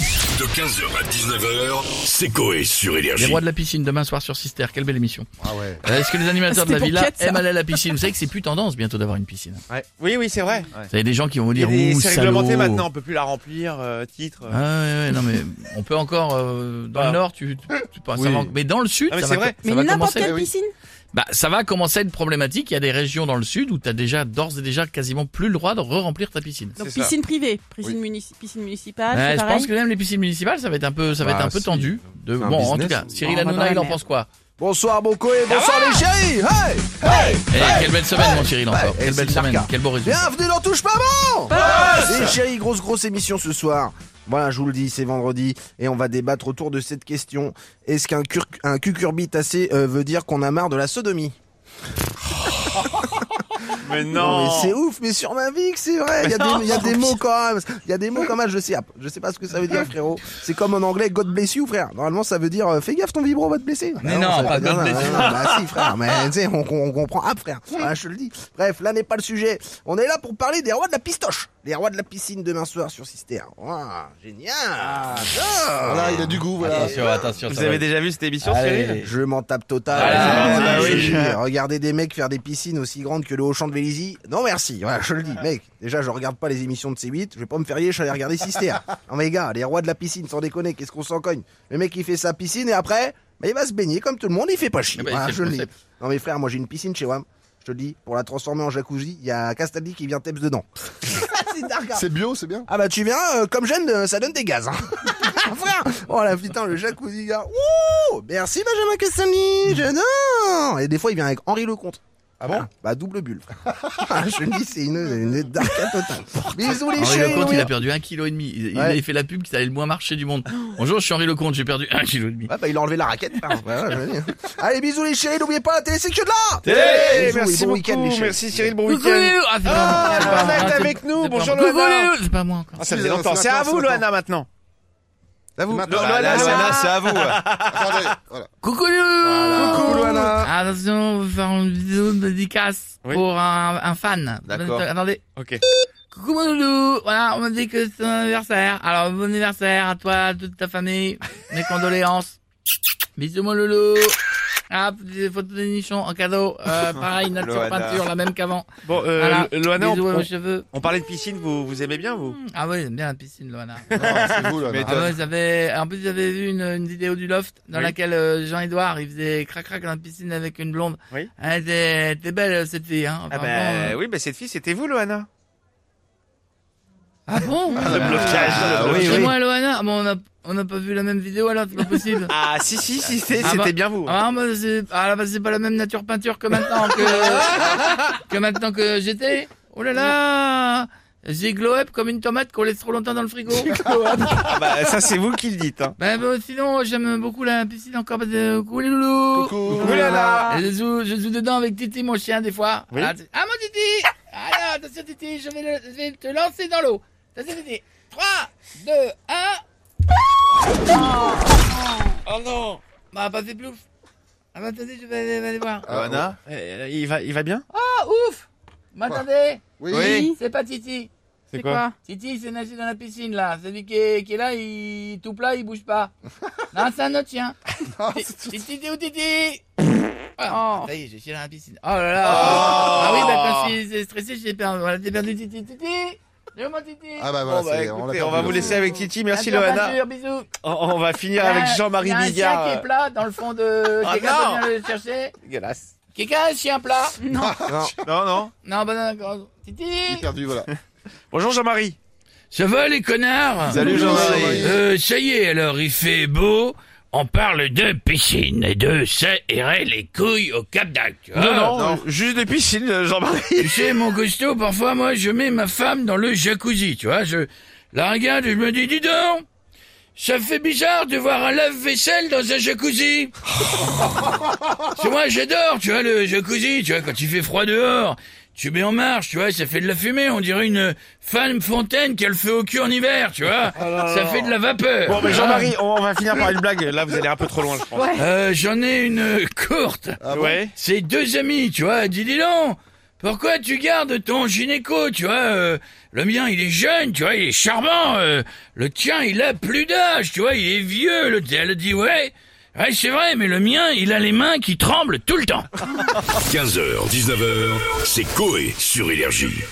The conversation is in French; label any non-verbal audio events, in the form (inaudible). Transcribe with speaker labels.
Speaker 1: De 15h à 19h, c'est Coé sur
Speaker 2: Les
Speaker 1: Énergie.
Speaker 2: rois de la piscine demain soir sur Sister, quelle belle émission.
Speaker 3: Ah ouais.
Speaker 2: Euh, Est-ce que les animateurs de la
Speaker 4: C'était pour
Speaker 2: villa
Speaker 4: Kate, ça.
Speaker 2: aiment aller à la piscine Vous savez que c'est plus tendance bientôt d'avoir une piscine.
Speaker 5: Oui, oui, c'est vrai.
Speaker 2: Vous avez des gens qui vont vous dire
Speaker 5: Et
Speaker 2: ouh
Speaker 5: c'est réglementé
Speaker 2: salaud.
Speaker 5: maintenant, on peut plus la remplir, euh, titre.
Speaker 2: Ah ouais, ouais, non mais on peut encore euh, dans le
Speaker 5: Bah.
Speaker 2: nord, tu, tu, tu- ça
Speaker 3: Oui.
Speaker 2: va- mais dans le sud,
Speaker 5: Ah, mais
Speaker 2: ça,
Speaker 5: c'est
Speaker 2: va,
Speaker 5: vrai.
Speaker 2: ça
Speaker 4: Mais
Speaker 2: va
Speaker 4: n'importe
Speaker 2: commencer.
Speaker 4: quelle piscine
Speaker 2: Bah ça va commencer à être problématique. Il y a des régions dans le sud où t'as déjà d'ores et déjà quasiment plus le droit de re-remplir ta piscine.
Speaker 4: Donc
Speaker 5: C'est ça.
Speaker 4: piscine privée, piscine, munici- piscine municipale,
Speaker 2: Ouais,
Speaker 4: Ah, c'est
Speaker 2: je pense
Speaker 4: pareil.
Speaker 2: que même les piscines municipales, ça va être un peu, ça va
Speaker 3: Bah,
Speaker 2: être un peu
Speaker 3: si.
Speaker 2: tendu. De,
Speaker 3: C'est un
Speaker 2: bon, en tout
Speaker 3: business,
Speaker 2: cas,
Speaker 3: aussi.
Speaker 2: Cyril
Speaker 4: On va dans
Speaker 2: Hanouna,
Speaker 4: la
Speaker 2: il en
Speaker 4: mer.
Speaker 2: pense quoi
Speaker 3: Bonsoir mon coé, bonsoir les chéris. Hey, hey,
Speaker 2: Eh, Quelle belle semaine, mon Cyril, encore.
Speaker 3: Eh,
Speaker 2: Quelle belle
Speaker 3: c'est
Speaker 2: semaine,
Speaker 3: Barca.
Speaker 2: quel beau résultat.
Speaker 3: bienvenue dans Touche pas bon. Les chéris, grosse grosse émission ce soir. Voilà, je vous le dis, c'est vendredi et on va débattre autour de cette question. Est-ce qu'un cur- un cucurbitacé euh, veut dire qu'on a marre de la sodomie
Speaker 5: Mais non.
Speaker 3: Non, mais c'est ouf, mais sur ma vie que c'est vrai. Il y a des, il y a des mots quand même. Il y a des mots quand même. Je sais, je sais pas ce que ça veut dire, frérot. C'est comme en anglais, God bless you, frère. Normalement, ça veut dire, euh, fais gaffe, ton vibro va te blesser.
Speaker 2: Mais non,
Speaker 3: ça veut
Speaker 2: pas
Speaker 3: dire
Speaker 2: God
Speaker 3: ça.
Speaker 2: bless you.
Speaker 3: Non, non, Bah si, frère. Mais tu sais, on, on comprend. Ah, frère. Voilà, je te le dis. Bref, là n'est pas le sujet. On est là pour parler des rois de la pistoche, les rois de la piscine demain soir sur Sister. Ouah, génial.
Speaker 6: Voilà, il a du goût, voilà.
Speaker 2: Attention, attention.
Speaker 5: Vous
Speaker 2: ça va
Speaker 5: avez
Speaker 2: être-
Speaker 5: déjà vu cette émission,
Speaker 2: Allez.
Speaker 5: Cyril
Speaker 3: Je m'en tape total.
Speaker 2: Ah,
Speaker 3: Ouais,
Speaker 5: bah
Speaker 3: je
Speaker 5: oui.
Speaker 3: te jure, Regarder des mecs faire des piscines aussi grandes que le Haut-Champ de Vélizy, non merci. Voilà, je le dis, mec. Déjà, je regarde pas les émissions de C8. Je vais pas me faire hier, je suis allé regarder Sister. Non mais les gars, les rois de la piscine, sans déconner, qu'est-ce qu'on s'en cogne Le mec, il fait sa piscine et après, bah, il va se baigner comme tout le monde, il fait pas chier.
Speaker 2: Ah bah,
Speaker 3: Voilà,
Speaker 2: c'est
Speaker 3: je
Speaker 2: le
Speaker 3: le dis.
Speaker 2: concept.
Speaker 3: Non mais frère, moi j'ai une piscine chez WAM. Je te le dis, pour la transformer en jacuzzi, il y a Castaldi qui vient Teps dedans. C'est dingue,
Speaker 6: (laughs)
Speaker 3: hein.
Speaker 6: C'est bio, c'est bien.
Speaker 3: Ah bah tu viens, euh, comme jeune, euh, ça donne des gaz. Hein. Frère Oh la putain, le jacuzzi, gars. Ouh Merci Benjamin Castaldi, j'adore Et des fois, il vient avec Henri Lecomte.
Speaker 6: Ah bon
Speaker 3: Bah double bulle. Ah, je me dis, c'est une, une darka totale. Bisous les
Speaker 2: Henri
Speaker 3: chéris
Speaker 2: Lecomte,
Speaker 3: oui.
Speaker 2: il a perdu un kilo et demi. Il, il
Speaker 3: Ouais.
Speaker 2: avait fait la pub qui allait le moins marcher du
Speaker 5: (gasps)
Speaker 2: monde. Bonjour, je suis Henri Lecomte, j'ai perdu un kilo et demi.
Speaker 3: Ouais, bah il a enlevé la raquette. frère. Ouais, ouais, je veux dire. Allez, bisous les chéris, n'oubliez pas la télé, c'est que de là
Speaker 5: Hey,
Speaker 3: Bisous et
Speaker 5: Eh, Merci
Speaker 3: bon
Speaker 5: beaucoup.
Speaker 3: week-end, les chéris.
Speaker 5: Merci, Cyril, bon
Speaker 2: Coucou
Speaker 5: week-end.
Speaker 2: Léo Ah, c'est pas
Speaker 5: Ah,
Speaker 2: moi,
Speaker 5: Loana
Speaker 2: c'est pas
Speaker 5: est
Speaker 2: moi,
Speaker 5: avec
Speaker 2: c'est-
Speaker 5: nous.
Speaker 2: c'est pas
Speaker 5: Bonjour,
Speaker 2: moi.
Speaker 5: Loana.
Speaker 2: Coucou Léo C'est pas moi encore.
Speaker 5: Ah, ça faisait
Speaker 6: C'est
Speaker 5: longtemps.
Speaker 6: maintenant,
Speaker 5: C'est à
Speaker 6: c'est
Speaker 5: vous,
Speaker 6: maintenant.
Speaker 5: Loana, maintenant.
Speaker 3: C'est à vous.
Speaker 6: Maintenant.
Speaker 5: Non,
Speaker 6: Ah,
Speaker 5: Loana,
Speaker 6: là,
Speaker 5: c'est à-
Speaker 6: là,
Speaker 5: c'est à vous.
Speaker 6: Attendez, voilà.
Speaker 2: Coucou Léo Ah,
Speaker 3: Coucou, Loana.
Speaker 2: Attention, on va faire une vidéo de dédicace
Speaker 5: Oui.
Speaker 2: pour un, un fan.
Speaker 5: D'accord.
Speaker 2: Attendez.
Speaker 5: Ok.
Speaker 2: Coucou mon loulou Voilà, on m'a dit que c'est ton anniversaire. Alors, bon anniversaire à toi, à toute ta
Speaker 5: (laughs)
Speaker 2: famille. Mes condoléances. Bisous mon loulou Ah, des photos des nichons en cadeau.
Speaker 5: (laughs)
Speaker 2: Euh, pareil, note sur
Speaker 5: Loana.
Speaker 2: peinture, la même qu'avant.
Speaker 5: Bon, euh,
Speaker 2: Voilà.
Speaker 5: Lo- Loana, on,
Speaker 2: Bisous à vos
Speaker 5: on-
Speaker 2: cheveux.
Speaker 5: on parlait de piscine, vous, vous aimez bien, vous
Speaker 2: Ah oui, j'aime bien la piscine, Loana.
Speaker 6: Non, c'est vous, là.
Speaker 5: Mais-
Speaker 6: non.
Speaker 2: Ah ouais, j'avais, en plus j'avais vu une, une vidéo du loft dans
Speaker 5: Oui.
Speaker 2: laquelle Jean-Edouard il faisait crac-crac dans la piscine avec une blonde. Ah,
Speaker 5: Oui.
Speaker 2: Elle était, était belle euh, cette fille, hein.
Speaker 5: Ah,
Speaker 2: Enfin,
Speaker 5: bah
Speaker 2: bon, euh,
Speaker 5: oui, bah cette fille, c'était vous, Loana.
Speaker 2: Ah bon
Speaker 5: Le blocage.
Speaker 6: Ah,
Speaker 5: le
Speaker 6: oui,
Speaker 2: C'est
Speaker 5: blocage.
Speaker 2: moi, Loana. Ah bon, on a, on a pas vu la même vidéo alors, c'est pas possible.
Speaker 5: (laughs) Ah, si, si, si, c'est-
Speaker 2: Ah, bah-
Speaker 5: c'était bien vous.
Speaker 2: Ah, bah, c'est, ah, là, bah, c'est pas la même nature peinture que maintenant
Speaker 5: (laughs)
Speaker 2: que, que maintenant que j'étais. Oh là là! J'ai glow up comme une tomate qu'on laisse trop longtemps dans le frigo.
Speaker 5: Ah, bah, ça, c'est vous qui le dites. hein.
Speaker 2: bah, bah, sinon, j'aime beaucoup la piscine encore. parce que- Coucou les loulous!
Speaker 6: Coucou.
Speaker 5: Coucou, Loana.
Speaker 2: Et je joue, je joue dedans avec Titi, mon chien, des fois.
Speaker 5: Oui.
Speaker 2: Ah, t- ah, mon Titi Alors, attention, Titi, je vais, le- je vais te lancer dans l'eau. Attention, Titi. 3, 2, 1. Oh, non Bah, pas fait plouf. Ah, bah, attendez, je vais aller, je vais aller voir.
Speaker 5: Loana, euh, il va, il va bien
Speaker 2: Ah, ouf M'attendez
Speaker 6: Oui.
Speaker 5: Oui.
Speaker 2: C'est pas Titi.
Speaker 5: C'est quoi
Speaker 2: Titi, il s'est nagé dans la piscine, là. Celui qui est, qui est là, il tout plat, il bouge
Speaker 5: (laughs)
Speaker 2: pas. Non, c'est un autre chien. Titi, t'es où,
Speaker 5: (laughs)
Speaker 2: Titi Ah, Ça y est, j'ai chié dans la piscine. Oh là là Ah oui, bah, quand je suis stressé, j'ai perdu. Voilà, t'es perdu, Titi. Titi J'ai mon Titi
Speaker 6: Ah bah
Speaker 5: Bon,
Speaker 6: voilà,
Speaker 5: bah,
Speaker 6: c'est- on l'a
Speaker 5: écoutez,
Speaker 6: perdu,
Speaker 5: on va
Speaker 6: là.
Speaker 5: vous laisser avec Titi. Merci,
Speaker 2: Peinture,
Speaker 5: Loana.
Speaker 2: peinture, bisous.
Speaker 5: On, on va finir
Speaker 2: Il y
Speaker 5: avec
Speaker 2: a-
Speaker 5: Jean-Marie
Speaker 2: Il y a un chien qui
Speaker 5: Bigard.
Speaker 2: est plat dans le fond de...
Speaker 5: Ah,
Speaker 2: Quelqu'un peut
Speaker 5: non.
Speaker 2: venir le chercher
Speaker 5: Dégueulasse.
Speaker 2: Quelqu'un a un chien plat Non.
Speaker 5: Non, non.
Speaker 2: Non, bah non, d'accord.
Speaker 6: Il est
Speaker 2: Titi
Speaker 6: perdu, voilà.
Speaker 5: Bonjour, Jean-Marie.
Speaker 2: Ça va, les connards
Speaker 6: Salut, Jean-Marie.
Speaker 2: Euh, ça y est, alors il fait beau. On parle de piscine et de serrer les couilles au Cap d'Ac. tu
Speaker 1: Euh,
Speaker 2: vois.
Speaker 5: non, non, juste des piscines,
Speaker 6: (laughs)
Speaker 5: euh, Jean-Marie.
Speaker 2: Tu sais, mon costaud, parfois, moi, je mets ma femme dans le jacuzzi, tu vois. Je la regarde et je me dis, dis donc, ça fait bizarre de voir un lave-vaisselle dans un jacuzzi.
Speaker 5: (laughs)
Speaker 2: C'est moi, j'adore, tu vois, le jacuzzi, tu vois, quand il fait froid dehors, tu mets en marche, tu vois, ça fait de la fumée, on dirait une femme fontaine qui a le feu au cul en hiver, tu vois. ça fait de la vapeur.
Speaker 5: Oh Bon, mais
Speaker 2: Ah.
Speaker 5: Jean-Marie, on, on va finir par une blague. Là, vous allez un peu trop loin, je pense.
Speaker 2: Euh, j'en ai une euh, courte.
Speaker 6: Ah bon
Speaker 5: ouais.
Speaker 2: C'est deux amis, tu vois, dis dis donc
Speaker 1: Pourquoi tu gardes ton gynéco, tu vois euh, Le mien, il est jeune, tu vois, il est charmant. euh, le tien, il a plus d'âge, tu vois, il est vieux. Le, elle dit, ouais, ouais c'est vrai, mais le mien, il a les mains
Speaker 7: (laughs)
Speaker 1: qui tremblent tout le temps.
Speaker 7: 15h, 19h, c'est Coé sur Énergie.